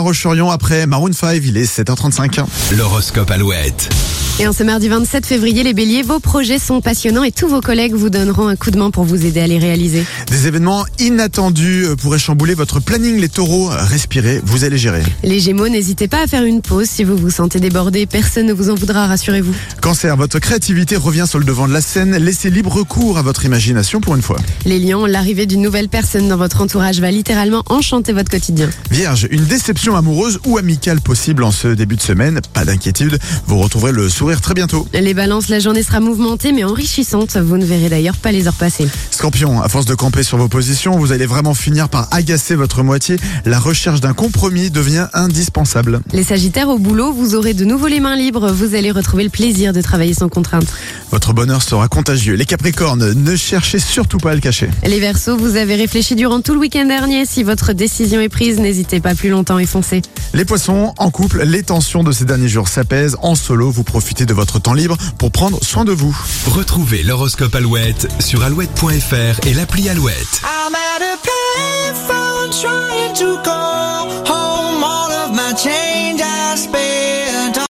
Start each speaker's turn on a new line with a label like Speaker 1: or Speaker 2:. Speaker 1: Roche-sur-Yon après Maroon 5, il est 7h35.
Speaker 2: L'horoscope Alouette.
Speaker 3: Et en ce mardi 27 février, les béliers, vos projets sont passionnants et tous vos collègues vous donneront un coup de main pour vous aider à les réaliser.
Speaker 1: Des événements inattendus euh, pourraient chambouler votre planning, les taureaux. euh, Respirez, vous allez gérer.
Speaker 3: Les gémeaux, n'hésitez pas à faire une pause si vous vous sentez débordé, personne ne vous en voudra, rassurez-vous.
Speaker 1: Cancer, votre créativité revient sur le devant de la scène. Laissez libre cours à votre imagination pour une fois.
Speaker 3: Les lions, l'arrivée d'une nouvelle personne dans votre entourage va littéralement enchanter votre quotidien.
Speaker 1: Vierge, une déception amoureuse ou amicale possible en ce début de semaine. Pas d'inquiétude, vous retrouverez le sourire très bientôt.
Speaker 3: Les balances, la journée sera mouvementée mais enrichissante, vous ne verrez d'ailleurs pas les heures passer.
Speaker 1: Scorpion, à force de camper sur vos positions, vous allez vraiment finir par agacer votre moitié. La recherche d'un compromis devient indispensable.
Speaker 3: Les sagittaires, au boulot, vous aurez de nouveau les mains libres, vous allez retrouver le plaisir de travailler sans contrainte.
Speaker 1: Votre bonheur sera contagieux. Les Capricornes, ne cherchez surtout pas à le cacher.
Speaker 3: Les Verseaux, vous avez réfléchi durant tout le week-end dernier. Si votre décision est prise, n'hésitez pas plus longtemps et foncez.
Speaker 1: Les poissons, en couple, les tensions de ces derniers jours s'apaisent. En solo, vous profitez de votre temps libre pour prendre soin de vous.
Speaker 2: Retrouvez l'horoscope Alouette sur alouette.fr et l'appli Alouette.
Speaker 4: I'm at a payphone trying to call.